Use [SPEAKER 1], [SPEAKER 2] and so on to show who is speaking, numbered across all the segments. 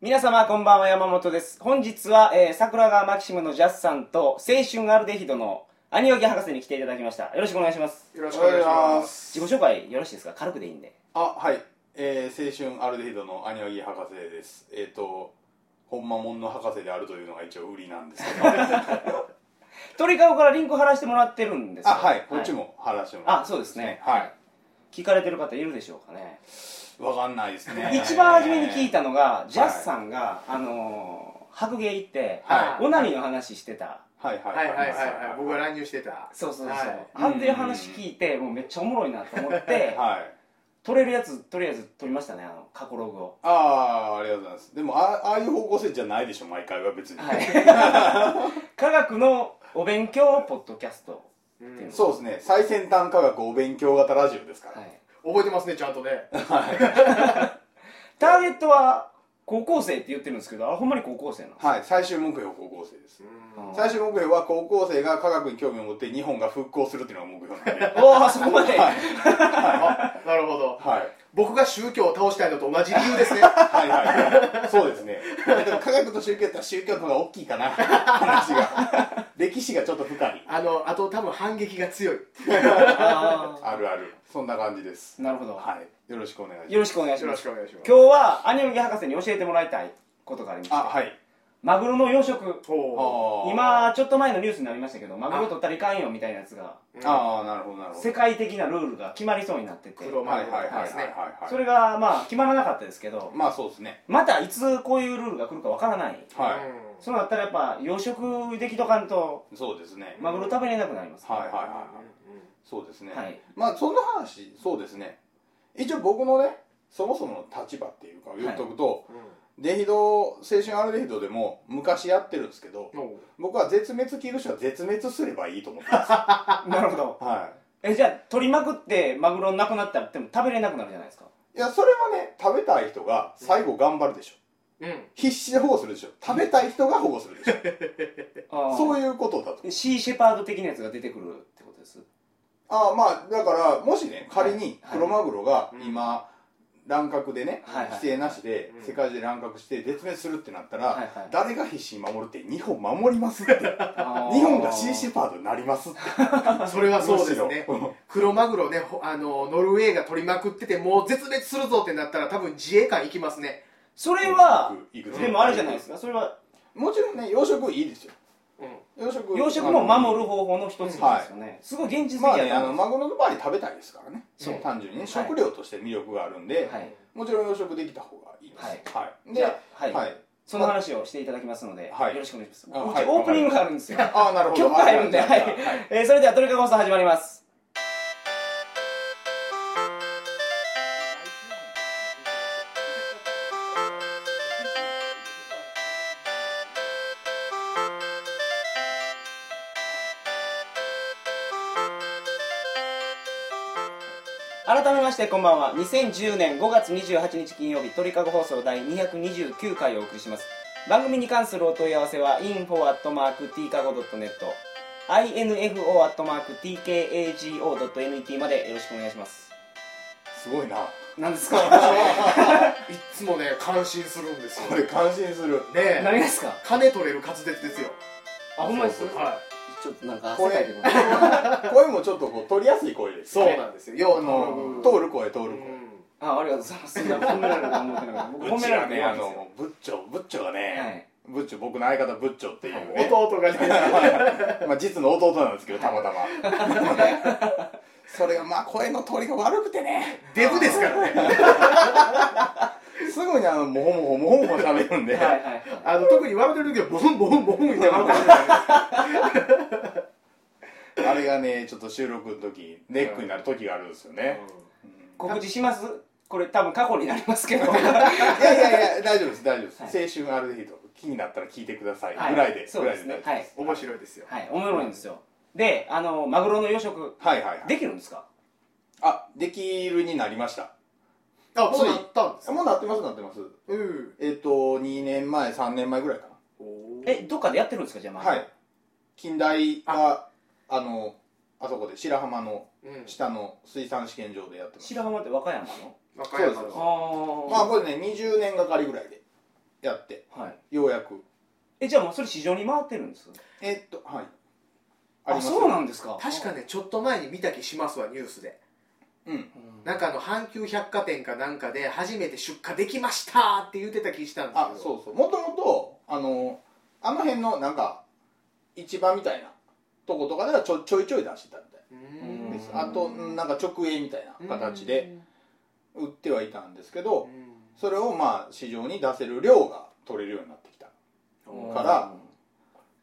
[SPEAKER 1] 皆様こんばんは山本です本日は、えー桜川マキシムのジャスさんと青春アルデヒドのアニオギ博士に来ていただきましたよろしくお願いします
[SPEAKER 2] よろしくお願いします。
[SPEAKER 1] 自己紹介よろしいですか軽くでいいんで
[SPEAKER 2] あ、はい。えー、青春アルデヒドのアニオギ博士です。えっ、と、ほんまもんの博士であるというのが一応売りなんですけど。
[SPEAKER 1] 鳥顔からリンク貼らせてもらってるんです
[SPEAKER 2] あ、
[SPEAKER 1] よ
[SPEAKER 2] はい。こっちも話してもら
[SPEAKER 1] あそうですね
[SPEAKER 2] はい。
[SPEAKER 1] 聞かれてる方いるでしょうかね
[SPEAKER 2] わかんないですね。
[SPEAKER 1] 一番初めに聞い
[SPEAKER 2] た。
[SPEAKER 1] たのがジャスさんが、あのー白芸行って、
[SPEAKER 2] は
[SPEAKER 1] オナニーの話してた
[SPEAKER 2] はいはい
[SPEAKER 3] はいはいはいはい、僕
[SPEAKER 2] 僕は
[SPEAKER 3] が
[SPEAKER 2] い。
[SPEAKER 3] 乱入してた。
[SPEAKER 1] そうそうそう、
[SPEAKER 3] はい
[SPEAKER 1] あんで話聞いてもうめっちゃおもろいなと思って、
[SPEAKER 2] はい。
[SPEAKER 1] 撮れるやつとりあえず撮りましたねあの過去ログを
[SPEAKER 2] ああ、ありがとうございます。でも、あああいう方向性じゃないでしょ、毎回は別に。
[SPEAKER 1] はい 科学のお勉強ポッドキャスト、
[SPEAKER 3] うん
[SPEAKER 2] そうですね。最先端科学お勉強型ラジオですから。
[SPEAKER 1] はい、
[SPEAKER 3] 覚えてますね、ちゃんとね。
[SPEAKER 1] ターゲットは高校生って言ってるんですけどあれほんまに高校生なんです
[SPEAKER 2] はい。最終目標高校生です。
[SPEAKER 1] うん
[SPEAKER 2] 最終目標は高校生が科学に興味を持って日本が復興するっていうのが目標なん で。
[SPEAKER 1] おおそこまで、
[SPEAKER 2] はい
[SPEAKER 3] あなるほど。
[SPEAKER 2] はい。
[SPEAKER 3] 僕が宗教を倒したいのと同じ理由です ね。
[SPEAKER 2] はいはい。そうですね。でも科学と宗教やったら宗教の方が大きいかな。話が。歴史がちょっと深い。
[SPEAKER 3] あの、あと多分反撃が強い。
[SPEAKER 1] あ
[SPEAKER 2] あるある。そんな感じです
[SPEAKER 1] ー。なるほど、
[SPEAKER 2] はい。よろしくお願いします。
[SPEAKER 1] よろしくお願いし
[SPEAKER 3] よ
[SPEAKER 1] ま
[SPEAKER 3] ろ
[SPEAKER 1] す
[SPEAKER 3] しくお願いします。
[SPEAKER 1] 今日はアニメギ博士に教えてもらいたいことがありまして
[SPEAKER 2] あ、はい。
[SPEAKER 1] マグロの養殖
[SPEAKER 3] おー
[SPEAKER 1] 今ちょっと前のニュースになりましたけどマグロ取ったらいかんよみたいなやつが
[SPEAKER 3] うん
[SPEAKER 2] ああ、なるほどなるほど。
[SPEAKER 1] 世界的なルールが決まりそうになってて
[SPEAKER 2] は
[SPEAKER 3] 黒マ
[SPEAKER 2] い
[SPEAKER 3] グ
[SPEAKER 2] は
[SPEAKER 3] ロ
[SPEAKER 2] いはいはい
[SPEAKER 3] ですね。
[SPEAKER 2] はい
[SPEAKER 1] そ
[SPEAKER 2] は
[SPEAKER 1] れがまあ決まらなかったですけど
[SPEAKER 2] い。まあそうですね。
[SPEAKER 1] またいつこういうルールが来るかわからない
[SPEAKER 2] は
[SPEAKER 3] うん
[SPEAKER 1] そうなったらやっぱ養殖できとかんと
[SPEAKER 2] い。そうですね。
[SPEAKER 1] マグロ食べれなくなります
[SPEAKER 2] はいはいはい。そうですね。
[SPEAKER 1] はい
[SPEAKER 2] まあその話、そうですね。一応僕のね、そもそもの立場っていうか言っとくと、
[SPEAKER 3] うんうん
[SPEAKER 2] デヒド、青春アルデヒドでも昔やってるんですけど、
[SPEAKER 3] おう
[SPEAKER 2] 僕は絶滅危惧種は絶滅すればいいと思ってます。
[SPEAKER 1] なるほど
[SPEAKER 2] は
[SPEAKER 1] えじゃあ取りまくってマグロなくなったらでも食べれなくなるじゃないですか
[SPEAKER 2] い。いや、それはね、食べたい人が最後頑張るでしょ。
[SPEAKER 3] うん
[SPEAKER 2] 必死で保護するでしょ。食べたい人が保護するでしょ。そう
[SPEAKER 1] い
[SPEAKER 2] いうことだと。
[SPEAKER 1] うシーシェパード的なやつが出てくるってことです
[SPEAKER 2] ああ、まあ、だから、もしね、仮に
[SPEAKER 1] はい
[SPEAKER 2] クロマグロが
[SPEAKER 3] うん
[SPEAKER 2] 今、乱獲でね、
[SPEAKER 1] はいはい
[SPEAKER 2] 規制なしで、
[SPEAKER 3] うん
[SPEAKER 2] 世界中で乱獲して絶滅するってなったら、
[SPEAKER 1] はいはい
[SPEAKER 2] 誰が必死に守るって日本守ります って日
[SPEAKER 1] 日
[SPEAKER 2] 本がシーシェパードになりま すって
[SPEAKER 3] それはそうですね
[SPEAKER 2] むしろ
[SPEAKER 3] 黒マグロねほあのノルウェーが取りまくっててもう絶滅するぞってなったら多分自衛官行きますね
[SPEAKER 1] それは
[SPEAKER 2] 行く行く
[SPEAKER 1] でもあれじゃないですかそれは
[SPEAKER 2] もちろんね養殖いいですよ
[SPEAKER 3] うん
[SPEAKER 2] 養殖
[SPEAKER 1] 養殖も守る方法の一つなんですよね、すごい現実的
[SPEAKER 2] まあ
[SPEAKER 1] や
[SPEAKER 2] ね、あ
[SPEAKER 1] と
[SPEAKER 2] の
[SPEAKER 1] 思
[SPEAKER 2] マグロの場合食べたいですからね、
[SPEAKER 3] そう
[SPEAKER 2] 単純にね、
[SPEAKER 1] はい
[SPEAKER 2] 食料として魅力があるんで、
[SPEAKER 1] はい
[SPEAKER 2] もちろん養殖できた方がいいです。
[SPEAKER 1] はい
[SPEAKER 2] はい、
[SPEAKER 1] じ
[SPEAKER 2] で、
[SPEAKER 1] ゃあはい、
[SPEAKER 2] はい
[SPEAKER 1] その話をしていただきますので、
[SPEAKER 2] はい
[SPEAKER 1] よろしくお願いします、
[SPEAKER 2] あ
[SPEAKER 1] う
[SPEAKER 2] は
[SPEAKER 1] ち
[SPEAKER 2] い
[SPEAKER 1] オープニングがあるんですよ、
[SPEAKER 2] ああ、なるほど。
[SPEAKER 1] 曲が入るんで
[SPEAKER 2] あ
[SPEAKER 1] はい、
[SPEAKER 2] じゃあじゃあ
[SPEAKER 1] えーそれでは「トリカゴ放送」始まります改めましてこんばんは2010年5月28日金曜日鳥かご放送第229回をお送りします番組に関するお問い合わせは info.tkago.net info.tkago.net までよろしくお願いします
[SPEAKER 2] すごいな。
[SPEAKER 1] 何 ですか
[SPEAKER 3] いっつもね感心するんですよ
[SPEAKER 2] これ感心する。
[SPEAKER 3] ねえ
[SPEAKER 1] 何がですか
[SPEAKER 3] 金取れる滑舌ですよ
[SPEAKER 1] あほんまです
[SPEAKER 3] は
[SPEAKER 1] ちょっとなんか
[SPEAKER 2] こ
[SPEAKER 1] 汗かいて
[SPEAKER 2] れ
[SPEAKER 1] くる、
[SPEAKER 2] 声もちょっとこう、取りやすい声で
[SPEAKER 3] い
[SPEAKER 2] す。
[SPEAKER 3] そうなんですよよ
[SPEAKER 2] あ
[SPEAKER 3] う
[SPEAKER 2] の、
[SPEAKER 3] 通
[SPEAKER 2] 通
[SPEAKER 3] る
[SPEAKER 2] る声、通る
[SPEAKER 3] 通る
[SPEAKER 1] あありがとうございますいや褒められると思ってなかった僕
[SPEAKER 2] 声。
[SPEAKER 1] 褒められて
[SPEAKER 2] ね、
[SPEAKER 1] ないん
[SPEAKER 2] あ
[SPEAKER 1] ですよ
[SPEAKER 2] の、ブッチョ、ブッチョが
[SPEAKER 1] は
[SPEAKER 2] ね、
[SPEAKER 1] い
[SPEAKER 2] ブッチョ、僕の相方ブッチョっていうね。
[SPEAKER 3] 弟がね
[SPEAKER 2] まあ実の弟なんですけど、た またま。それがまあ声の通りが悪くてね、
[SPEAKER 3] デブですからね
[SPEAKER 2] すぐにあの、もほもほ、もほもほ喋るんで。
[SPEAKER 1] はいはい
[SPEAKER 3] あの特に笑ってる時はボンボンボンって笑ってるからね
[SPEAKER 2] あれがね、ちょっと収録の時、ネックになる時があるんですよね。
[SPEAKER 1] 告知しますこれ多分過去になりますけ ど
[SPEAKER 2] いやいやいや、大丈夫です、大丈夫
[SPEAKER 1] は
[SPEAKER 2] です。青春アルデヒド、気になったら聞いてください。
[SPEAKER 1] はい
[SPEAKER 2] ぐらいで、
[SPEAKER 1] そう
[SPEAKER 2] ぐら
[SPEAKER 1] で
[SPEAKER 2] い
[SPEAKER 1] す
[SPEAKER 2] で
[SPEAKER 1] ね
[SPEAKER 2] 大丈夫です。
[SPEAKER 3] 面白いですよ
[SPEAKER 1] はいおもろいんですよであのマグロの養殖
[SPEAKER 2] はいはいはい。
[SPEAKER 1] できるんですか
[SPEAKER 2] あ、できるになりました。
[SPEAKER 3] あそうなったんです
[SPEAKER 2] もうなってます、なってます。
[SPEAKER 3] うん
[SPEAKER 2] えっと、2年前、3年前ぐらいか
[SPEAKER 1] えどっかでやってるんですかじゃあ
[SPEAKER 2] な。
[SPEAKER 1] マグロ
[SPEAKER 2] はい。近代が、あの、あそこで、白浜の
[SPEAKER 3] うん
[SPEAKER 2] 下の水産試験場でやってます。
[SPEAKER 1] 白浜って和歌山の
[SPEAKER 3] 和歌山
[SPEAKER 2] そうです
[SPEAKER 3] の
[SPEAKER 1] あ
[SPEAKER 2] まあ
[SPEAKER 1] あ
[SPEAKER 2] これね、20年がかりぐらいでやって
[SPEAKER 1] はい
[SPEAKER 2] ようやく
[SPEAKER 1] えじゃあもうそれ市場に回ってるんです
[SPEAKER 2] えっとはい
[SPEAKER 1] あ
[SPEAKER 2] ります
[SPEAKER 1] そうなんですか
[SPEAKER 3] 確かねちょっと前に見た気しますわニュースで
[SPEAKER 2] うん
[SPEAKER 1] うん
[SPEAKER 3] なんかあの阪急百貨店かなんかで初めて出荷できましたって言ってた気したんです
[SPEAKER 2] あ
[SPEAKER 3] けど
[SPEAKER 2] そうそうもともとあのあの辺のなんか市場みたいなとことかではちょちょいちょい出してたみたい
[SPEAKER 3] うん
[SPEAKER 2] なん
[SPEAKER 1] う
[SPEAKER 2] ですあとうんなんか直営みたいな形で売ってはいたんですけ
[SPEAKER 3] う
[SPEAKER 2] ど
[SPEAKER 3] ん
[SPEAKER 2] それをまあ市場に出せる量が取れるようになってきたから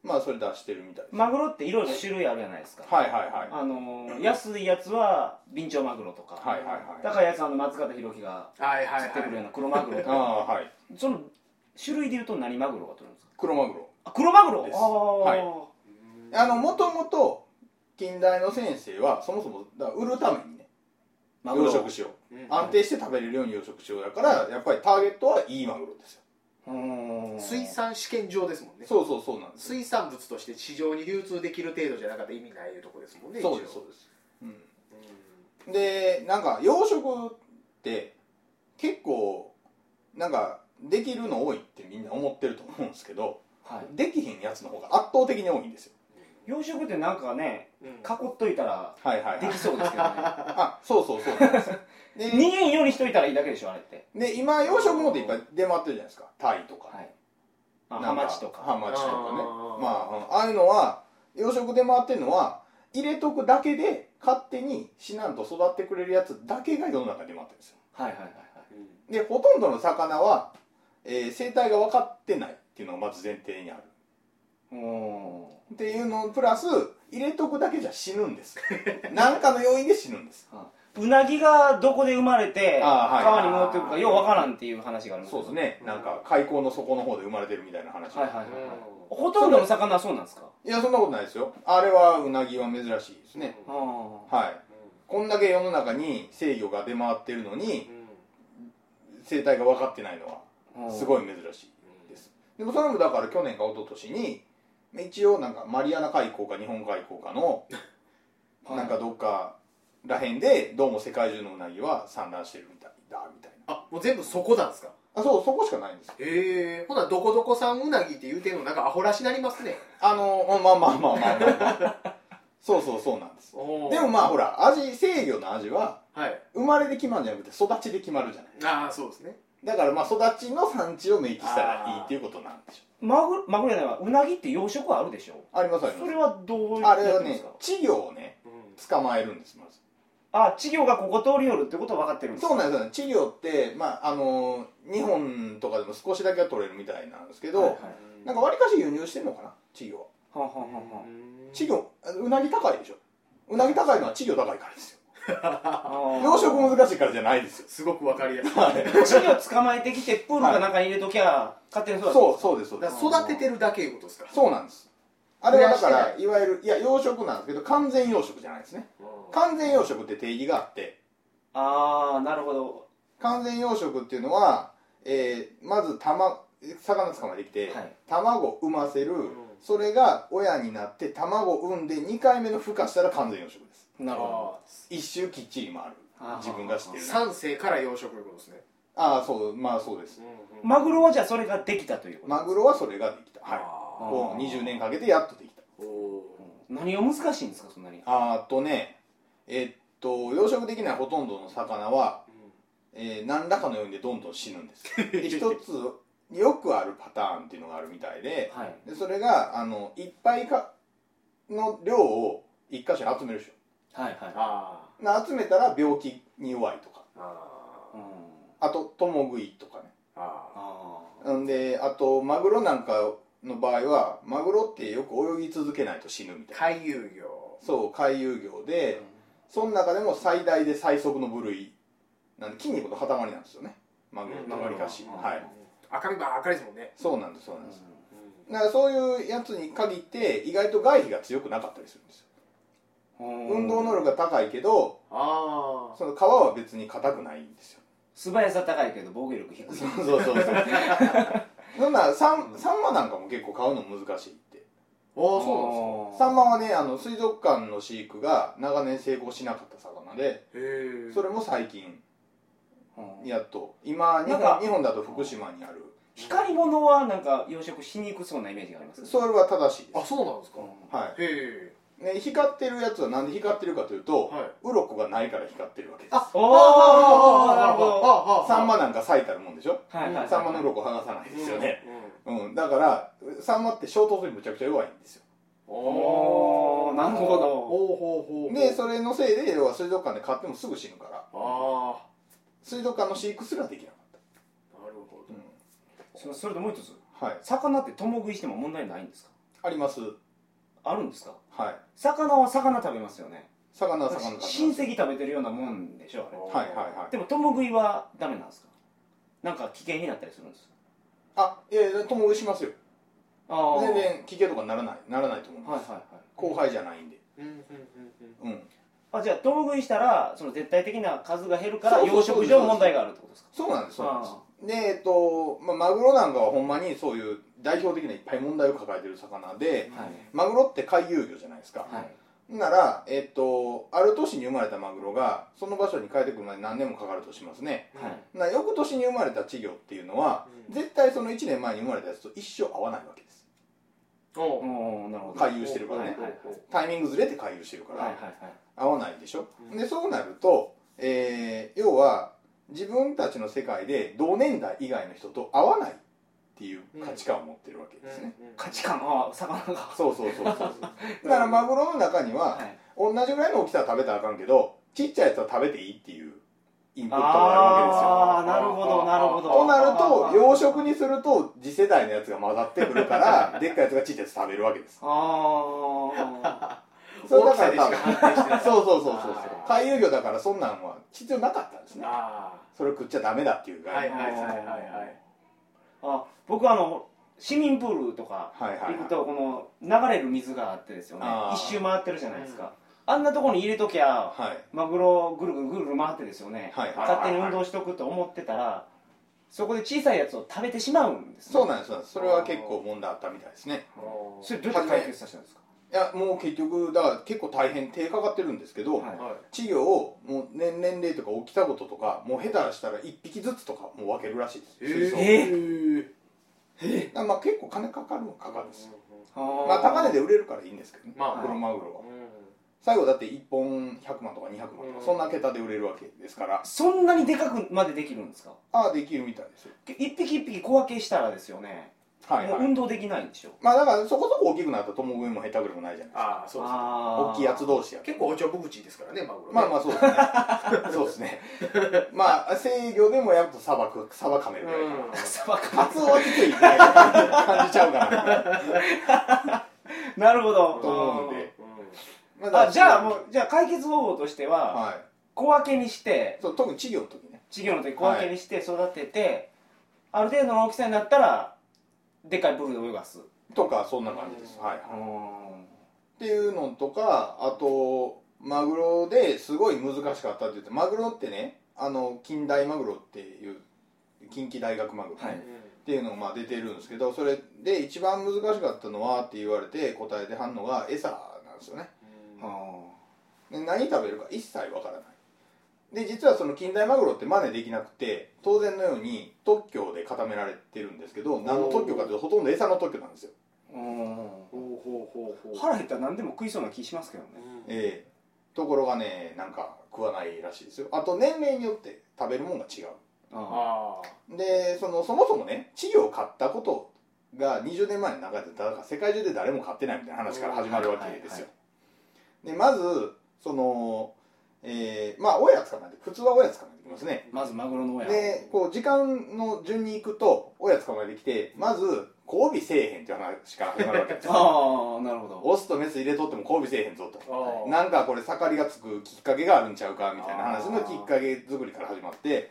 [SPEAKER 2] まあそれ出してるみたいです
[SPEAKER 1] マグロっていろいろ種類あるじゃないですか
[SPEAKER 2] はいはいはい
[SPEAKER 1] あのー安いやつはビンチョウマグロとか、
[SPEAKER 2] はいはいはい
[SPEAKER 1] 高いやつはあの松方弘樹が
[SPEAKER 3] はいは
[SPEAKER 1] 釣
[SPEAKER 3] い
[SPEAKER 1] ってくるよう
[SPEAKER 3] は
[SPEAKER 1] な黒マグロと
[SPEAKER 2] あ
[SPEAKER 1] か、
[SPEAKER 2] あはい
[SPEAKER 1] その種類でいうと何マグロが取れるんですか
[SPEAKER 2] 黒マグロ
[SPEAKER 1] あ黒マグロ
[SPEAKER 2] で
[SPEAKER 1] あ
[SPEAKER 2] す
[SPEAKER 1] あ、
[SPEAKER 2] はい
[SPEAKER 3] い
[SPEAKER 2] あのもともと近代の先生はそもそもだから売るためにね
[SPEAKER 1] マグ
[SPEAKER 2] 養
[SPEAKER 1] ロ
[SPEAKER 2] 殖しよう
[SPEAKER 3] うん
[SPEAKER 2] 安定して食べれるように養殖しようだからやっぱりターゲットはいいマグロですよ
[SPEAKER 1] うーん
[SPEAKER 3] 水産試験場ですもんね
[SPEAKER 2] そうそうそうなんです
[SPEAKER 3] 水産物として市場に流通できる程度じゃなかったら意味ないいうとこですもんね
[SPEAKER 2] そうですそう
[SPEAKER 3] う
[SPEAKER 2] です、うん、でなんか養殖って結構なんかできるの多いってみんな思ってると思うんですけど
[SPEAKER 1] はい、
[SPEAKER 2] できへんやつの方が圧倒的に多いんですよ
[SPEAKER 1] 養殖ってなんかね
[SPEAKER 3] うん
[SPEAKER 1] 囲っといたら
[SPEAKER 2] はいはい、
[SPEAKER 1] で
[SPEAKER 2] はい
[SPEAKER 1] き、そうですけどね
[SPEAKER 2] あそうそうそうなんですよ
[SPEAKER 1] 逃
[SPEAKER 2] で
[SPEAKER 1] げんようにしといたらいいだけでしょあれって
[SPEAKER 2] で今養殖もっていっぱい出回ってるじゃないですかタイとか、
[SPEAKER 1] はいあハマチとか
[SPEAKER 2] ハマチとかね
[SPEAKER 3] あー
[SPEAKER 2] まあうんああいうのは養殖で回ってるのは入れとくだけで勝手に死なんと育ってくれるやつだけが世の中で回ってるんですよ
[SPEAKER 1] はいはいはいはい
[SPEAKER 3] うん
[SPEAKER 2] でほとんどの魚は、えー生態が分かってないっていうのがまず前提にある
[SPEAKER 1] おお
[SPEAKER 2] っていうのプラス入れとくだけじゃ死ぬん です何かの要因で死ぬんです
[SPEAKER 1] うなぎがどこで生まれて
[SPEAKER 2] あーはい
[SPEAKER 1] 川に戻ってくるかようわからんっていう話があります
[SPEAKER 2] そうです
[SPEAKER 1] ね
[SPEAKER 2] ねなんか海溝の底の方で生まれてるみたいな話、
[SPEAKER 1] はいはいはいはいほとんどの魚はそうなんですか
[SPEAKER 2] いやそんなことないですよあれはうなぎは珍しいですね
[SPEAKER 1] ああ
[SPEAKER 2] はいこんだけ世の中に制御が出回ってるのに生態が分かってないのはす
[SPEAKER 1] い
[SPEAKER 2] ごい珍しいですでもそれもだから去年か一昨年に一応なんかマリアナ海溝か日本海溝か の
[SPEAKER 1] はい
[SPEAKER 2] なんかどっからへんでどうも世界中のうなぎは産卵してるみたいだみたいな
[SPEAKER 3] あもう全部そこなんですか
[SPEAKER 2] あそうそこしかないんですよ
[SPEAKER 3] へえほなどこどこさんうなぎって言うてんのなんかアホらしなりますね
[SPEAKER 2] あのまあまあまあまあまあ、ま あ、そうそうそうなんですで
[SPEAKER 3] で
[SPEAKER 2] もまあほら味制御の味は
[SPEAKER 3] はい
[SPEAKER 2] 生まれで決まるんじゃなくて育ちで決まるじゃない
[SPEAKER 3] ああそうですね
[SPEAKER 2] だからまあ育ちの産地を明記したらいいっていうことなんでしょ
[SPEAKER 1] マグマグロじゃないわうなぎって養殖はあるでしょ
[SPEAKER 2] うありますあり
[SPEAKER 1] そ
[SPEAKER 2] ます
[SPEAKER 1] れはどうや
[SPEAKER 2] あれ
[SPEAKER 1] っ
[SPEAKER 2] は
[SPEAKER 1] てんで
[SPEAKER 2] ね
[SPEAKER 1] すか
[SPEAKER 2] 稚魚をね捕まえるんですまず
[SPEAKER 1] あ稚魚がここ通りよるってことは分かってるんですか
[SPEAKER 2] そうなんですよね稚魚って、まああのー日本とかでも少しだけは取れるみたいなんですけど、
[SPEAKER 1] はいはい
[SPEAKER 2] なんかわりかし輸入してんのかな稚魚は
[SPEAKER 1] はあはあはあは
[SPEAKER 2] 稚魚あうなぎ高いでしょうなぎ高いのは稚魚高いからですよ
[SPEAKER 1] あ
[SPEAKER 2] 養殖難しいからじゃないですよ
[SPEAKER 3] すごくわかりやすい
[SPEAKER 1] 稚魚捕まえてきてプールかなんかに入れときゃ勝手に育つ
[SPEAKER 2] そうそうですそうで
[SPEAKER 3] だ
[SPEAKER 2] す
[SPEAKER 3] から育ててるだけいうことですか
[SPEAKER 2] そうなんですあれはだか
[SPEAKER 3] 増やして
[SPEAKER 2] らいわゆるいや養殖なんですけど完全養殖じゃないですね完全養殖って定義があって
[SPEAKER 1] ああなるほど
[SPEAKER 2] 完全養殖っていうのは、えーまず卵魚捕まえてきて、
[SPEAKER 1] はい
[SPEAKER 2] 卵を産ませる、それが親になって卵を産んで2回目の孵化したら完全養殖です
[SPEAKER 1] なるほ
[SPEAKER 2] 一周きっちり回る
[SPEAKER 1] あー
[SPEAKER 2] 自分が知ってる
[SPEAKER 3] 三世から養殖いうことですね
[SPEAKER 2] ああそうまあそうです
[SPEAKER 1] どマグロはじゃあそれができたということ
[SPEAKER 2] マグロはそれができたはい
[SPEAKER 1] ー
[SPEAKER 2] こう20年かけてやっとできた
[SPEAKER 3] おお
[SPEAKER 1] 何が難しいんですかそんなに
[SPEAKER 2] あーとねえっと養殖できないほとんどの魚は、えー何らかの要因でどんどん死ぬんですで 一つよくあるパターンっていうのがあるみたいで
[SPEAKER 1] はい
[SPEAKER 2] でそれがあのいっぱいかの量を一箇所に集めるでし
[SPEAKER 1] はいは
[SPEAKER 3] あ
[SPEAKER 2] ょな集めたら病気に弱いとか
[SPEAKER 3] ーあ
[SPEAKER 1] いうん
[SPEAKER 2] あと共食いとかね
[SPEAKER 3] ーあ
[SPEAKER 1] あ
[SPEAKER 2] んであとマグロなんかの場合はマグロってよく泳ぎ続けないと死ぬみた
[SPEAKER 3] ー
[SPEAKER 2] いな
[SPEAKER 3] 回遊魚
[SPEAKER 2] そう回遊魚
[SPEAKER 1] ー
[SPEAKER 2] で、その中でも最大で最速の部類なんで筋肉の塊なんですよねマグロってわりかし、
[SPEAKER 1] うん
[SPEAKER 2] はい
[SPEAKER 3] 赤身ばっかりですもんね
[SPEAKER 2] そうなんですそうなんです、
[SPEAKER 1] う
[SPEAKER 2] だからそういうやつに限って意外と外皮が強くなかったりするんですよ
[SPEAKER 1] ん
[SPEAKER 2] 運動能力が高いけど
[SPEAKER 3] あ
[SPEAKER 2] その皮は別に硬くないんですよ
[SPEAKER 1] 素早さ高いけど防御力低い
[SPEAKER 2] そうそうそうそう そんなサンサンマなんかも結構買うの難しいって
[SPEAKER 3] あーそ
[SPEAKER 2] サンマはねあの水族館の飼育が長年成功しなかった魚で
[SPEAKER 3] うなんです
[SPEAKER 2] そ
[SPEAKER 3] かへ
[SPEAKER 2] れも最近
[SPEAKER 1] なんです
[SPEAKER 2] やっと今日
[SPEAKER 1] なんか
[SPEAKER 2] 本日本だと福島にある
[SPEAKER 1] 光り物はなんか養殖しにくそうなイメージがあります
[SPEAKER 2] それは正しいで
[SPEAKER 3] あそうなんですか、
[SPEAKER 2] す、は
[SPEAKER 3] へえ
[SPEAKER 2] いね、光ってるやつはなんで光ってるかというと、
[SPEAKER 3] はい
[SPEAKER 2] 鱗がないから光ってるわけです
[SPEAKER 3] あ
[SPEAKER 1] おーなるほど
[SPEAKER 3] ああ
[SPEAKER 2] サンマなんか咲いたるもんでしょ
[SPEAKER 1] はいはい
[SPEAKER 2] サンマの鱗剥がさないですよね、うん、だからサンマって衝突にむちゃくちゃ弱いんですよ
[SPEAKER 1] おーなるほど
[SPEAKER 3] ほうほうほう
[SPEAKER 2] でそれのせいで要は水族館で買ってもすぐ死ぬから
[SPEAKER 3] あ
[SPEAKER 2] 水族館の飼育すらできなかっ
[SPEAKER 3] あなるほ
[SPEAKER 2] た、
[SPEAKER 1] そそれともう一つ
[SPEAKER 2] はい
[SPEAKER 1] 魚って共食いしても問題ないんですか
[SPEAKER 2] あります
[SPEAKER 1] あるんですか
[SPEAKER 2] はい
[SPEAKER 1] 魚は魚食べますよね
[SPEAKER 2] 魚は魚食べます
[SPEAKER 1] 親戚食べてるようなもんでしょあれ
[SPEAKER 3] ど
[SPEAKER 2] はいはいはい
[SPEAKER 1] でも共食いはダメなんですかなんか危険になったりするんですか
[SPEAKER 2] あいやいや共食いしますよ
[SPEAKER 1] あー
[SPEAKER 2] 全然危険とかならないならないと思います、
[SPEAKER 1] はいはいはい
[SPEAKER 2] 後輩じゃないんで
[SPEAKER 3] うんうんうん
[SPEAKER 2] うん
[SPEAKER 1] あじゃあ共食いしたらその絶対的な数が減るから
[SPEAKER 2] そう
[SPEAKER 1] 養
[SPEAKER 2] そうそう
[SPEAKER 1] 殖上問題があるってことですか
[SPEAKER 2] そうなんですそうなんですでえっと、まあ、マグロなんかはほんまにそういう代表的ないっぱい問題を抱えてる魚で
[SPEAKER 1] はい
[SPEAKER 2] マグロって回遊魚じゃないですか、
[SPEAKER 1] はい
[SPEAKER 2] なら、えっと、ある年に生まれたマグロがその場所に帰ってくるまで何年もかかるとしますね
[SPEAKER 1] はい
[SPEAKER 2] な翌年に生まれた稚魚っていうのは
[SPEAKER 3] うん
[SPEAKER 2] 絶対その1年前に生まれたやつと一生合わないわけです
[SPEAKER 3] お
[SPEAKER 1] お
[SPEAKER 3] う
[SPEAKER 1] ーなるほど
[SPEAKER 2] 回遊してるから
[SPEAKER 1] はい
[SPEAKER 2] ね
[SPEAKER 1] はいはい
[SPEAKER 2] タイミングずれて回遊してるから、
[SPEAKER 1] はいはいはい
[SPEAKER 2] 合わないでしょ、
[SPEAKER 3] うん
[SPEAKER 2] でそうなると、えー要は自分たちの世界で同年代以外の人と合わないっていう価値観を持ってるわけですね、
[SPEAKER 1] 価値観ああ魚が
[SPEAKER 2] そうそうそうそうそうだからマグロの中には、
[SPEAKER 1] はい
[SPEAKER 2] 同じぐらいの大きさは食べたらあかんけどちっちゃいやつは食べていいっていうインプットがあるわけですよ
[SPEAKER 1] ああなるほどなるほど
[SPEAKER 2] となる
[SPEAKER 1] あ
[SPEAKER 2] と
[SPEAKER 1] ー
[SPEAKER 2] 養殖にすると次世代のやつが混ざってくるからでっかいやつがちっちゃいやつ食べるわけ です
[SPEAKER 1] あ
[SPEAKER 2] それ
[SPEAKER 3] 大
[SPEAKER 2] だ
[SPEAKER 3] き
[SPEAKER 2] か
[SPEAKER 3] さで
[SPEAKER 2] 多
[SPEAKER 3] しから
[SPEAKER 2] 分
[SPEAKER 3] 判定してない
[SPEAKER 2] そうそうそうそうそう
[SPEAKER 3] あー
[SPEAKER 2] 回遊魚だからそんなんは必要なかったんですね
[SPEAKER 3] あ
[SPEAKER 2] それ食っちゃダメだっていう
[SPEAKER 3] あ
[SPEAKER 2] 概
[SPEAKER 3] は
[SPEAKER 2] 念
[SPEAKER 3] いはいはいはい
[SPEAKER 1] ああ僕あの市民プールとか
[SPEAKER 2] はいはいは
[SPEAKER 1] 行
[SPEAKER 2] い
[SPEAKER 1] くとこの流れる水があってですよね
[SPEAKER 2] あー
[SPEAKER 1] 一周回ってるじゃないですかあんなとこに入れときゃ
[SPEAKER 2] はい
[SPEAKER 1] マグロぐるぐるぐるぐる回ってですよね
[SPEAKER 2] はいはい
[SPEAKER 1] 勝手に運動しとくと思ってたらそこで小さいやつを食べてしまうんですね
[SPEAKER 2] そうなんですそうなんですそれは結構問題あったみたいですね
[SPEAKER 3] おう
[SPEAKER 1] それどうやって解決させたんですか
[SPEAKER 2] いやもう結局だから結構大変手かかってるんですけど、
[SPEAKER 1] はい
[SPEAKER 3] はい
[SPEAKER 2] 稚魚をもう年年齢とか大きさごととかもう下手したら1匹ずつとかもう分けるらしいです、水槽
[SPEAKER 1] え
[SPEAKER 2] だからまあ結構金かかるのはかかるんですよ、ま
[SPEAKER 1] ま
[SPEAKER 2] あ高値で売れるからいいんですけどね
[SPEAKER 3] まあ
[SPEAKER 2] マグロマグロは、
[SPEAKER 3] う
[SPEAKER 2] 最後だって1本100万とか200万とか、
[SPEAKER 3] うん
[SPEAKER 2] そんな桁で売れるわけですから
[SPEAKER 1] そんなにでかくまでできるんですか
[SPEAKER 2] ああできるみたいですよ
[SPEAKER 1] 一匹一匹小分けしたらですよね
[SPEAKER 2] はい
[SPEAKER 1] も
[SPEAKER 2] は
[SPEAKER 1] う
[SPEAKER 2] い、
[SPEAKER 1] 運動できないんでしょ
[SPEAKER 2] まあだからそこそこ大きくなったら共食いも下手くれもないじゃないですか
[SPEAKER 3] ああそうですね
[SPEAKER 1] 大
[SPEAKER 2] 大きいやつ同士やと
[SPEAKER 3] 結構おちょぼ口ですからねマグロね
[SPEAKER 2] まあまあそうですねそうですねまあ 制魚でもやると砂漠砂漠カメ
[SPEAKER 3] う
[SPEAKER 2] ぐらいかな、
[SPEAKER 3] ん
[SPEAKER 1] さば
[SPEAKER 2] カツオはきついね感じちゃうかな
[SPEAKER 1] なるほ
[SPEAKER 2] と
[SPEAKER 1] ど
[SPEAKER 2] 思うんでま
[SPEAKER 1] あじゃあも
[SPEAKER 2] う
[SPEAKER 1] うじゃあ解決方法としては
[SPEAKER 2] はい
[SPEAKER 1] 小分けにして
[SPEAKER 2] そう特に稚魚の時ね
[SPEAKER 1] 稚魚の時小分けにして育てて、ある程度の大きさになったらでっかいプールで泳がす
[SPEAKER 2] とかそんな感じです、
[SPEAKER 3] うん
[SPEAKER 2] はい、っ
[SPEAKER 1] うーん
[SPEAKER 2] ていうのとかあとマグロですごい難しかったって言ってマグロってねあの近代マグロっていう近畿大学マグロね、
[SPEAKER 1] はい
[SPEAKER 2] っていうのがまあ出てるんですけどそれで一番難しかったのはって言われて答えてはんのが餌なんですよね
[SPEAKER 3] うん
[SPEAKER 1] あ
[SPEAKER 2] で何食べるか一切わからないで実はその近代マグロって真似できなくて当然のように特許で固められてるんですけど何の特許かというとほとんど餌の特許なんですよ
[SPEAKER 1] ーうー
[SPEAKER 3] ほうほうほうほうん
[SPEAKER 1] 腹減ったら何でも食いそうな気しますけどね
[SPEAKER 2] え
[SPEAKER 3] え
[SPEAKER 2] えところがねなんか食わないらしいですよあと年齢によって食べるもんが違
[SPEAKER 1] あ
[SPEAKER 3] あ
[SPEAKER 2] うでそのそもそもね稚魚を買ったことが20年前の中でだから世界中で誰も買ってないみたいな話から始まるわけですよ、でまずそのえーまあ親捕まえて普通は親捕まえてきますね
[SPEAKER 1] ーまずマグロの親
[SPEAKER 2] でこう時間の順に行くと親捕まえてきてまず交尾せえへんっていう話から始まるわけですよ
[SPEAKER 1] ああなるほど
[SPEAKER 2] オスとメス入れとっても交尾せえへんぞと
[SPEAKER 3] あああ
[SPEAKER 2] なんかこれ盛りがつくきっかけがあるんちゃうかみたいな話のきっかけ作りから始まって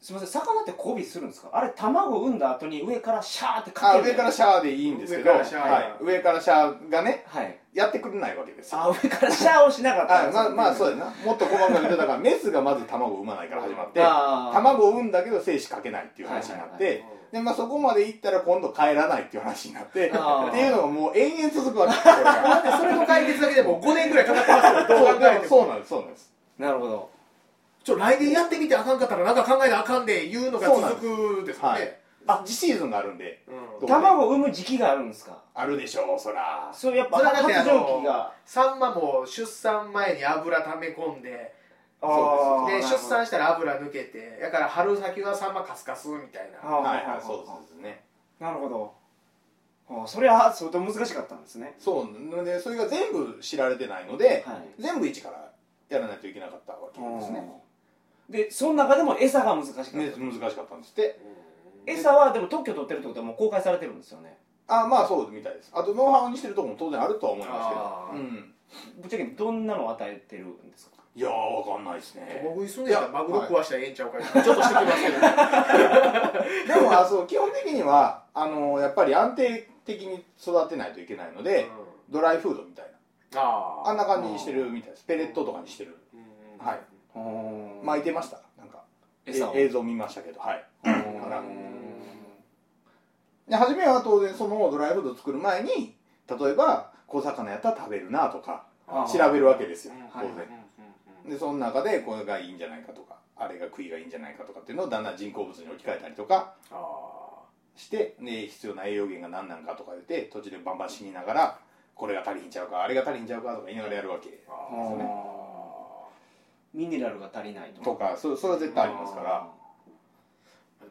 [SPEAKER 1] すみません魚って交尾するんですかあれ卵産んだ後に上からシャーってか
[SPEAKER 2] あ
[SPEAKER 1] けるじ
[SPEAKER 2] 上
[SPEAKER 1] ゃな
[SPEAKER 2] か
[SPEAKER 1] い
[SPEAKER 2] らシャーでいいんですけど
[SPEAKER 3] 上からシャー
[SPEAKER 2] はい、上からシャーがね
[SPEAKER 1] はい
[SPEAKER 2] やってくれないわけですよ
[SPEAKER 1] あ上からシャーをしなかった
[SPEAKER 2] あまあまあそううだなもっと細かく言うとだからメスがまず卵を産まないから始まって
[SPEAKER 1] 卵
[SPEAKER 2] 卵を産んだけど精子かけないっていう話になって、
[SPEAKER 1] はい
[SPEAKER 3] ー
[SPEAKER 2] でまあ、そこまで行ったら今度帰らないっていう話になってって
[SPEAKER 1] あー
[SPEAKER 2] いうのがもう延々続くわけですこれが
[SPEAKER 3] だってそれの解決だけでもう5年ぐらいかかってますよどう考えても
[SPEAKER 2] そうなんですそうなんです
[SPEAKER 1] なるほど
[SPEAKER 3] ちょ来年やってみてあかんかったらなんか考えなあかんで言うのが続くですよ
[SPEAKER 2] は
[SPEAKER 3] ね
[SPEAKER 2] いあシーズンがあるんで
[SPEAKER 3] うん
[SPEAKER 2] どう
[SPEAKER 1] 卵を産む時期があるんですか
[SPEAKER 2] あるでしょうそら
[SPEAKER 1] そうやっぱ
[SPEAKER 3] それはだって
[SPEAKER 1] 発情期が
[SPEAKER 3] サンマも出産前に油溜め込んで
[SPEAKER 2] あの
[SPEAKER 3] で
[SPEAKER 2] ー
[SPEAKER 3] 出産したら油抜けてだから春先はサンマカスカスみたいな
[SPEAKER 1] は
[SPEAKER 2] はいはいそうですね
[SPEAKER 1] なるほどあそれは相当難しかったんですね
[SPEAKER 2] そうなのでそれが全部知られてないので、
[SPEAKER 1] はい
[SPEAKER 2] 全部一からやらないといけなかったわけですね
[SPEAKER 1] うんでその中でも餌が難しかった、
[SPEAKER 2] ね難しかったんですって
[SPEAKER 1] 餌はでも特許取ってるってことはもう公開されてるんですよね
[SPEAKER 2] あまあそうみたいですあとノウハウにしてるとこも当然あるとは思いま
[SPEAKER 3] あ
[SPEAKER 2] すけ
[SPEAKER 3] ー
[SPEAKER 2] どうん
[SPEAKER 1] ぶっちゃけどんなのを与えてるんですか
[SPEAKER 2] いやーわかんないですね
[SPEAKER 3] 僕に住んでたらマグロ
[SPEAKER 2] はい
[SPEAKER 3] 食わしたらええんちゃうかなちょっとしてきますけど
[SPEAKER 2] でもあそう基本的にはあのやっぱり安定的に育てないといけないので、ドライフードみたい
[SPEAKER 3] あ
[SPEAKER 2] なあんな感じにしてるみたいですペレットとかにしてるは
[SPEAKER 3] はいい
[SPEAKER 2] 巻いてましたなんかえ
[SPEAKER 1] 餌を
[SPEAKER 2] 映像見ましたけどはい
[SPEAKER 1] うん
[SPEAKER 2] から
[SPEAKER 1] う
[SPEAKER 2] で初めは当然そのドライフードを作る前に例えば小魚やったら食べるなとか
[SPEAKER 1] あー
[SPEAKER 2] 調べるわけですよ当
[SPEAKER 1] はい
[SPEAKER 2] 然、でその中でこれがいいんじゃないかとかあれが食いがいいんじゃないかとかっていうのをだんだん人工物に置き換えたりとかして、ね、必要な栄養源が何なんかとか言って途中でバンバン死にながらこれが足りひんちゃうかあれが足りひんちゃうかとか言いながらやるわけ
[SPEAKER 1] んミネラルが足りないと
[SPEAKER 2] とかそそれは絶対ありますから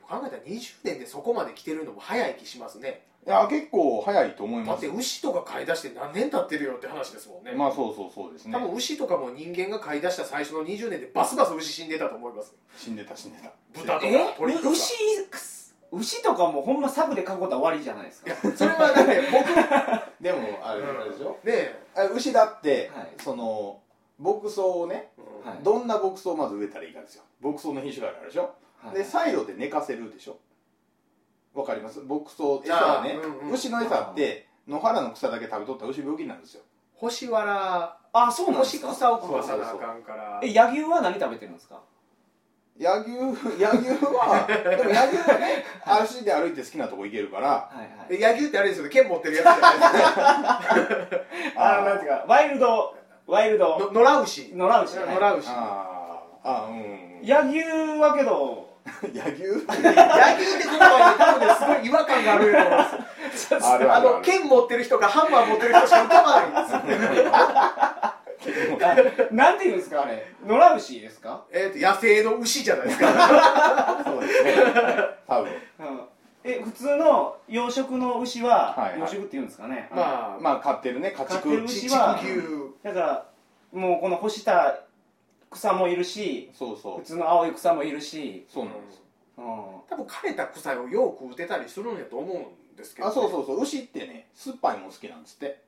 [SPEAKER 3] 考えたら20年でそこまで来てるのも早い気しますね
[SPEAKER 2] いや結構早いと思い
[SPEAKER 3] だ
[SPEAKER 2] ま
[SPEAKER 3] っ
[SPEAKER 2] す
[SPEAKER 3] て牛とか飼い出して何年経ってるよって話ですもんね、
[SPEAKER 2] まあそうそうそうですね
[SPEAKER 3] 多分牛とかも人間が飼い出した最初の20年でバスバス牛死んでたと思い ます
[SPEAKER 2] 死んでた死んでた
[SPEAKER 3] 豚とか
[SPEAKER 1] え
[SPEAKER 3] 鳥とか
[SPEAKER 1] 牛牛とかもほんま柵で囲ったら終わりじゃないですか
[SPEAKER 3] それはだって僕ね
[SPEAKER 2] でもあれあれでしょ
[SPEAKER 3] え、
[SPEAKER 2] あ牛だって、
[SPEAKER 1] はい
[SPEAKER 2] その牧草をね
[SPEAKER 1] はい
[SPEAKER 2] どんな牧草をまず植えたらいいかですよ牧草の品種があるでしょ、
[SPEAKER 1] はい
[SPEAKER 2] でサイロで寝かせるでしょわかります牧草餌はね
[SPEAKER 3] あ、ーうんうん
[SPEAKER 2] 牛の餌って野原の草だけ食べとったら牛病気になるんですよ
[SPEAKER 3] 星わら
[SPEAKER 1] あそうなんで
[SPEAKER 3] 星
[SPEAKER 1] すか
[SPEAKER 3] 草を食わさなあかんから
[SPEAKER 1] え野牛は何食べてるんですか
[SPEAKER 2] 野牛 野牛はでも野牛はね足で歩いて好きなとこ行けるから
[SPEAKER 1] はいはい
[SPEAKER 3] え野球ってあれですよね剣持ってるやつじゃないです
[SPEAKER 1] あーなんていうかワイルドワイル
[SPEAKER 3] か
[SPEAKER 1] ド
[SPEAKER 3] の野良牛
[SPEAKER 1] 野良牛
[SPEAKER 3] 野
[SPEAKER 1] は
[SPEAKER 3] 良牛
[SPEAKER 2] あーあーうん
[SPEAKER 1] い野牛はけど
[SPEAKER 2] 野 牛
[SPEAKER 3] 野球って言葉に多分ねすごい違和感があるような
[SPEAKER 2] ある
[SPEAKER 3] あ
[SPEAKER 2] あるあ
[SPEAKER 3] の
[SPEAKER 2] る
[SPEAKER 3] 剣持ってる人かハンマー持ってる人しか浮かばないんですよ
[SPEAKER 1] あなんていうんですかあれ野良牛ですか
[SPEAKER 3] えっと野生の牛じゃないですか
[SPEAKER 2] そうですねはい多分
[SPEAKER 1] うんえ普通の養殖の牛は、
[SPEAKER 2] はいはい
[SPEAKER 1] 養殖って言うんですかね、
[SPEAKER 3] まあ、まあ、
[SPEAKER 2] まあ飼ってるね家
[SPEAKER 1] 飼ってる
[SPEAKER 2] 畜
[SPEAKER 1] 牛
[SPEAKER 3] ち
[SPEAKER 1] は
[SPEAKER 3] 地球
[SPEAKER 1] だからもうこの干した草もいるし
[SPEAKER 2] そうそ
[SPEAKER 1] 普
[SPEAKER 2] う
[SPEAKER 1] 通の青い草もいるし、
[SPEAKER 2] そうなんです
[SPEAKER 1] うん、
[SPEAKER 3] 多分枯れた草をよく打てたりするんやと思うんですけど、
[SPEAKER 2] あそうそうそう牛ってね酸っぱいもん好きなんですって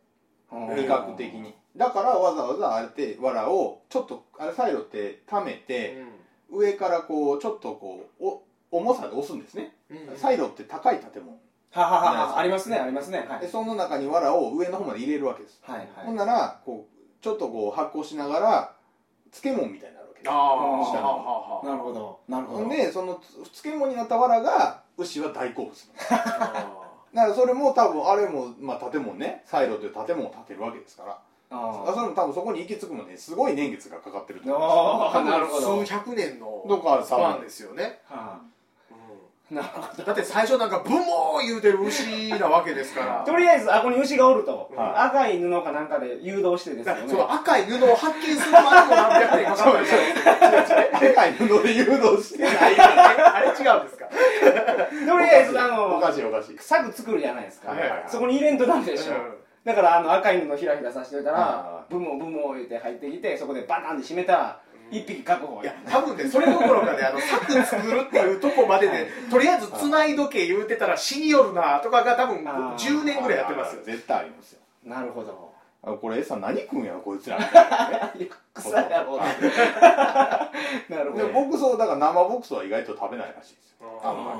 [SPEAKER 1] うん
[SPEAKER 2] 味覚的にだからわざわざあえて藁をちょっとあれサイロって溜め
[SPEAKER 3] う
[SPEAKER 2] て上からこうちょっとこうお重さで押すんですね
[SPEAKER 3] んうん
[SPEAKER 2] サイロって高い建物
[SPEAKER 1] ははははありますねありますねはい
[SPEAKER 2] でその中に藁を上の方まで入れるわけです、
[SPEAKER 1] はい
[SPEAKER 2] ほん
[SPEAKER 1] はい
[SPEAKER 2] ならこうちょっとこう発酵しながら漬物みたいになるわけで
[SPEAKER 3] あー
[SPEAKER 2] す
[SPEAKER 3] はあはあは
[SPEAKER 1] なるほどなるほ
[SPEAKER 2] ほ
[SPEAKER 1] ど
[SPEAKER 2] んでそのつ漬物になった藁が牛は大好物
[SPEAKER 3] あ
[SPEAKER 2] だからそれも多分あれも、まあ、建物ねサイロという建物を建てるわけですから
[SPEAKER 1] あ
[SPEAKER 2] あそれも多分そこに行き着くまですごい年月がかかってると思
[SPEAKER 1] あーなるほど
[SPEAKER 3] 数百年の
[SPEAKER 2] どっかある
[SPEAKER 3] スパンですよね、
[SPEAKER 1] はあ
[SPEAKER 3] う
[SPEAKER 1] なるほ
[SPEAKER 3] んだって最初なんか「ブモー!」言うてる牛なわけですか
[SPEAKER 1] どと
[SPEAKER 3] ら
[SPEAKER 1] りあえずあここに牛がおると、
[SPEAKER 2] は
[SPEAKER 1] 赤い布かなんかで誘導してですよ
[SPEAKER 3] だか
[SPEAKER 1] ね
[SPEAKER 3] らその赤い布を発見するまでも何百年かかったりするんですよ
[SPEAKER 2] 世界の誘導してない
[SPEAKER 3] あれ違うんですか
[SPEAKER 1] とりあえずあ
[SPEAKER 2] お
[SPEAKER 1] の
[SPEAKER 2] かしいおかしい
[SPEAKER 1] 柵作るじゃないですか、
[SPEAKER 2] はいはいはい
[SPEAKER 1] そこに入れんとダメでしょ、だからあの赤い布ひらひらさせてたら
[SPEAKER 2] は
[SPEAKER 1] ブモブモ言って入ってきてそこでバタンって閉めたら一匹確保
[SPEAKER 3] いや
[SPEAKER 1] や
[SPEAKER 3] 多分ねそれどころかねあの柵作るっていうとこまでで、とりあえず繋いどけ言うてたら死によるなとかが多分
[SPEAKER 1] あー
[SPEAKER 3] 10年ぐらいやってますよ
[SPEAKER 2] 絶対ありますよ
[SPEAKER 1] なるほど
[SPEAKER 2] あこれ餌何食うんやろこいつら
[SPEAKER 1] いや草やろう なるほ
[SPEAKER 2] で
[SPEAKER 1] ど
[SPEAKER 2] も牧草だから生牧草は意外と食べないらしいですよあんまり
[SPEAKER 1] あ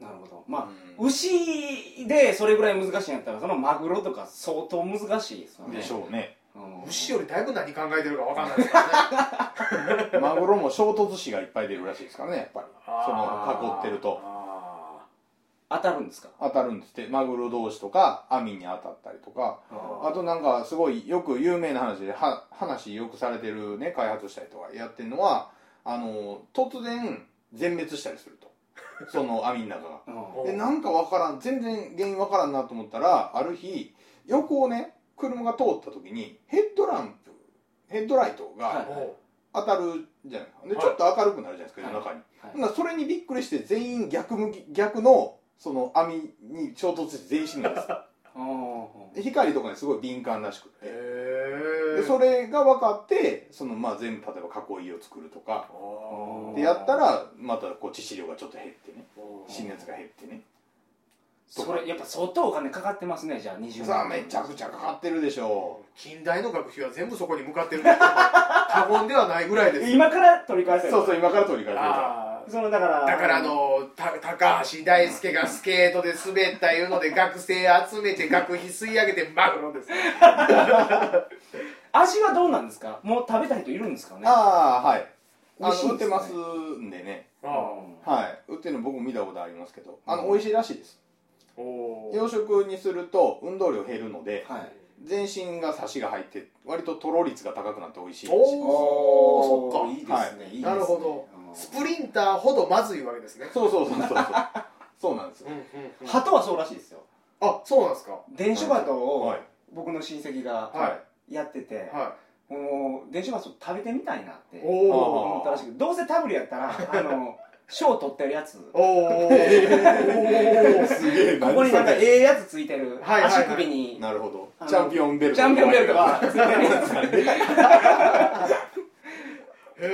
[SPEAKER 1] ーなるほどまあ、
[SPEAKER 2] うん
[SPEAKER 1] 牛でそれぐらい難しいんやったらそのマグロとか相当難しいですよね
[SPEAKER 2] でしょうね
[SPEAKER 1] うん
[SPEAKER 3] 牛よりだいぶ何考えてるか分かんないですからね
[SPEAKER 2] マグロも衝突死がいっぱい出るらしいですからねやっぱりその囲ってると
[SPEAKER 3] あ
[SPEAKER 1] 当たるんですか
[SPEAKER 2] 当たるんですってマグロ同士とか網に当たったりとかあとなんかすごいよく有名な話では話よくされてるね開発したりとかやってるのはあの突然全滅したりするとその網の中が
[SPEAKER 1] うん
[SPEAKER 2] でなんかわからん全然原因わからんなと思ったらある日横をね車が通った時にヘッドランプヘッドライト
[SPEAKER 1] は
[SPEAKER 2] が
[SPEAKER 1] い
[SPEAKER 3] お
[SPEAKER 2] 当たるじゃないですかで
[SPEAKER 3] はい
[SPEAKER 2] ちょっと明るくなるじゃないですか、
[SPEAKER 1] はい
[SPEAKER 2] 夜
[SPEAKER 1] は
[SPEAKER 2] 中に、
[SPEAKER 1] い
[SPEAKER 2] ほんならそれにびっくりして全員逆向き逆のその網に衝突して全員死ぬんですよ
[SPEAKER 1] うん
[SPEAKER 2] で光とかにすごい敏感らしく
[SPEAKER 3] へ
[SPEAKER 2] て
[SPEAKER 3] え
[SPEAKER 2] でそれが分かってそのまあ全部例えば囲いを作るとか
[SPEAKER 3] あ
[SPEAKER 2] でやったらまたこう致死量がちょっと減ってね死ぬやつが減ってね
[SPEAKER 1] それやっぱ相当お金かかってますねじゃあ20年
[SPEAKER 2] さあめちゃくちゃかかってるでしょ
[SPEAKER 3] 近代の学費は全部そこに向かってるん ですけど過言ではないぐらいですよ
[SPEAKER 1] 今から取り返せる
[SPEAKER 2] そうそう今から取り替えてるから
[SPEAKER 3] あー
[SPEAKER 1] そのだから
[SPEAKER 3] だからあのた高橋大輔がスケートで滑ったいうので学生集めて学費吸い上げてマグロです
[SPEAKER 1] 味はどうなんですかもう食べた人いるんですかね
[SPEAKER 2] ああはい
[SPEAKER 1] 美
[SPEAKER 2] あ
[SPEAKER 1] 味しい
[SPEAKER 2] の売
[SPEAKER 1] ん
[SPEAKER 2] っ
[SPEAKER 1] で
[SPEAKER 2] て
[SPEAKER 1] すね
[SPEAKER 2] ますんでね
[SPEAKER 1] うん
[SPEAKER 2] はい売ってるの僕も見たことありますけどあの
[SPEAKER 1] うん
[SPEAKER 2] 美味しいらしいです
[SPEAKER 3] おお
[SPEAKER 2] 養殖にすると運動量減るので
[SPEAKER 1] はい
[SPEAKER 2] 全身がサシが入って割ととろ率が高くなって美味しいらしい
[SPEAKER 3] おおそっ
[SPEAKER 1] い
[SPEAKER 3] か
[SPEAKER 1] いですねいいですね
[SPEAKER 3] なるほ
[SPEAKER 1] うん
[SPEAKER 3] スプリンターほどまずいわけですね
[SPEAKER 2] そうそうそうそうそうそうなんですよ
[SPEAKER 1] 鳩はそうらしいですよ
[SPEAKER 3] あそうなんですか
[SPEAKER 1] 電書鳩を
[SPEAKER 2] はい
[SPEAKER 1] 僕の親戚が
[SPEAKER 2] はい
[SPEAKER 1] やってて
[SPEAKER 3] は
[SPEAKER 1] もう電書鳩食べてみたいなっ
[SPEAKER 3] い
[SPEAKER 1] て
[SPEAKER 3] おお
[SPEAKER 1] 思ったらしくどうせタブルやった らあの賞取ってるやつ
[SPEAKER 3] おお
[SPEAKER 2] すげえ
[SPEAKER 1] ここになんか
[SPEAKER 2] 何それ
[SPEAKER 1] ええやつついてる
[SPEAKER 3] はいはいはい
[SPEAKER 1] 足首に
[SPEAKER 2] なるほど
[SPEAKER 1] あの
[SPEAKER 2] チャンピオンベルト
[SPEAKER 1] チャンピオンベルトがついてるやつ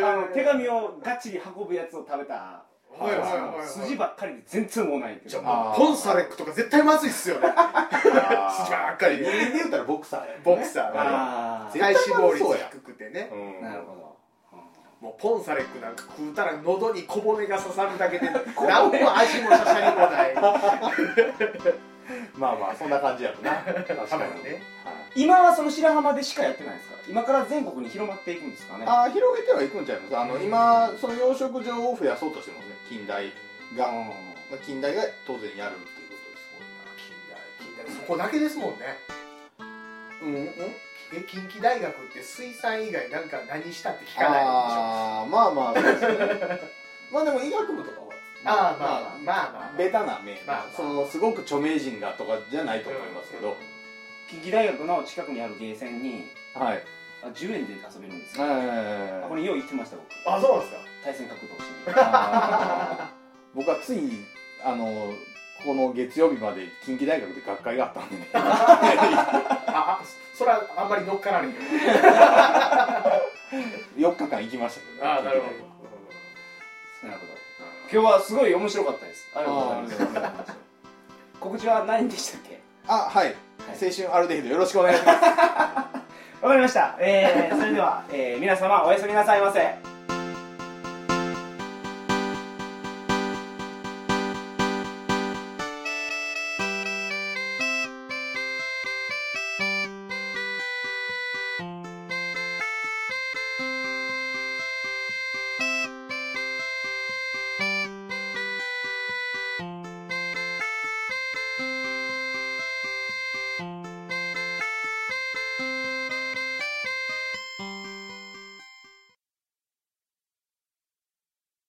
[SPEAKER 1] あの手紙をガッチリ運ぶやつを食べた
[SPEAKER 3] はいはいはいはい
[SPEAKER 1] 筋ばっかりで全然もうないっていう
[SPEAKER 3] じゃあ
[SPEAKER 2] あ
[SPEAKER 3] もう
[SPEAKER 2] ー
[SPEAKER 3] ポンサレックとか絶対まずいっすよね
[SPEAKER 2] 筋
[SPEAKER 3] 筋ば っかり
[SPEAKER 2] 人間で言ったらボクサーや
[SPEAKER 3] ボクサー
[SPEAKER 2] はい
[SPEAKER 1] あー
[SPEAKER 2] 絶
[SPEAKER 3] 体
[SPEAKER 2] 対
[SPEAKER 3] 脂肪
[SPEAKER 2] まずそう
[SPEAKER 3] 率
[SPEAKER 2] や
[SPEAKER 3] 低くてね
[SPEAKER 2] うん
[SPEAKER 1] なるほ
[SPEAKER 3] もうポンサレックなんか食うたら喉に小骨が刺さるだ けで何も味もしゃしゃりもない
[SPEAKER 2] まあまあそんな感じやろな 確
[SPEAKER 3] かにね
[SPEAKER 2] はい
[SPEAKER 1] ど今はその白浜でしかやってないんですか今から全国に広まっていくんですかね
[SPEAKER 2] あー広げてはいくんちゃいますあの今その養殖場を増やそうとしてますね近代が、ま
[SPEAKER 1] う
[SPEAKER 2] あ、近代が当然やるっていう
[SPEAKER 3] 近代近代そこだけですもんね
[SPEAKER 2] ことですうんうん
[SPEAKER 3] え近畿大学って水産以外なんか何したって聞かないでしょ
[SPEAKER 2] ああまあまあそうですね まあでも医学部とかは
[SPEAKER 3] あーまあまあまあまあ
[SPEAKER 2] ベタな面、
[SPEAKER 3] まあまあ
[SPEAKER 2] そのすごく著名人がとかじゃないと思いますけど、
[SPEAKER 1] ん近畿大学の近くにあるゲーセンに
[SPEAKER 2] はい
[SPEAKER 1] あ10円で遊べるんですよ
[SPEAKER 2] え
[SPEAKER 1] これよう言ってました僕
[SPEAKER 3] あそうなんですか
[SPEAKER 1] 対戦格闘士に
[SPEAKER 2] あー僕はついあのこの月曜日まで近畿大学で学会があったんでね
[SPEAKER 3] ああそれはあんまり乗っかられへん
[SPEAKER 2] 4日間行きましたけどね、近畿
[SPEAKER 1] なるほど
[SPEAKER 2] 大学
[SPEAKER 1] 今日はすごい面白かったですありがとうござ
[SPEAKER 2] あ
[SPEAKER 1] い
[SPEAKER 2] ーあり
[SPEAKER 1] ます
[SPEAKER 2] がとうございます
[SPEAKER 1] 告知は何でしたっけ
[SPEAKER 2] あはい、
[SPEAKER 1] はい
[SPEAKER 2] 青春アルデヒドよろしくお願いします
[SPEAKER 1] わかりました、えー、それでは、えー、皆様おやすみなさいませ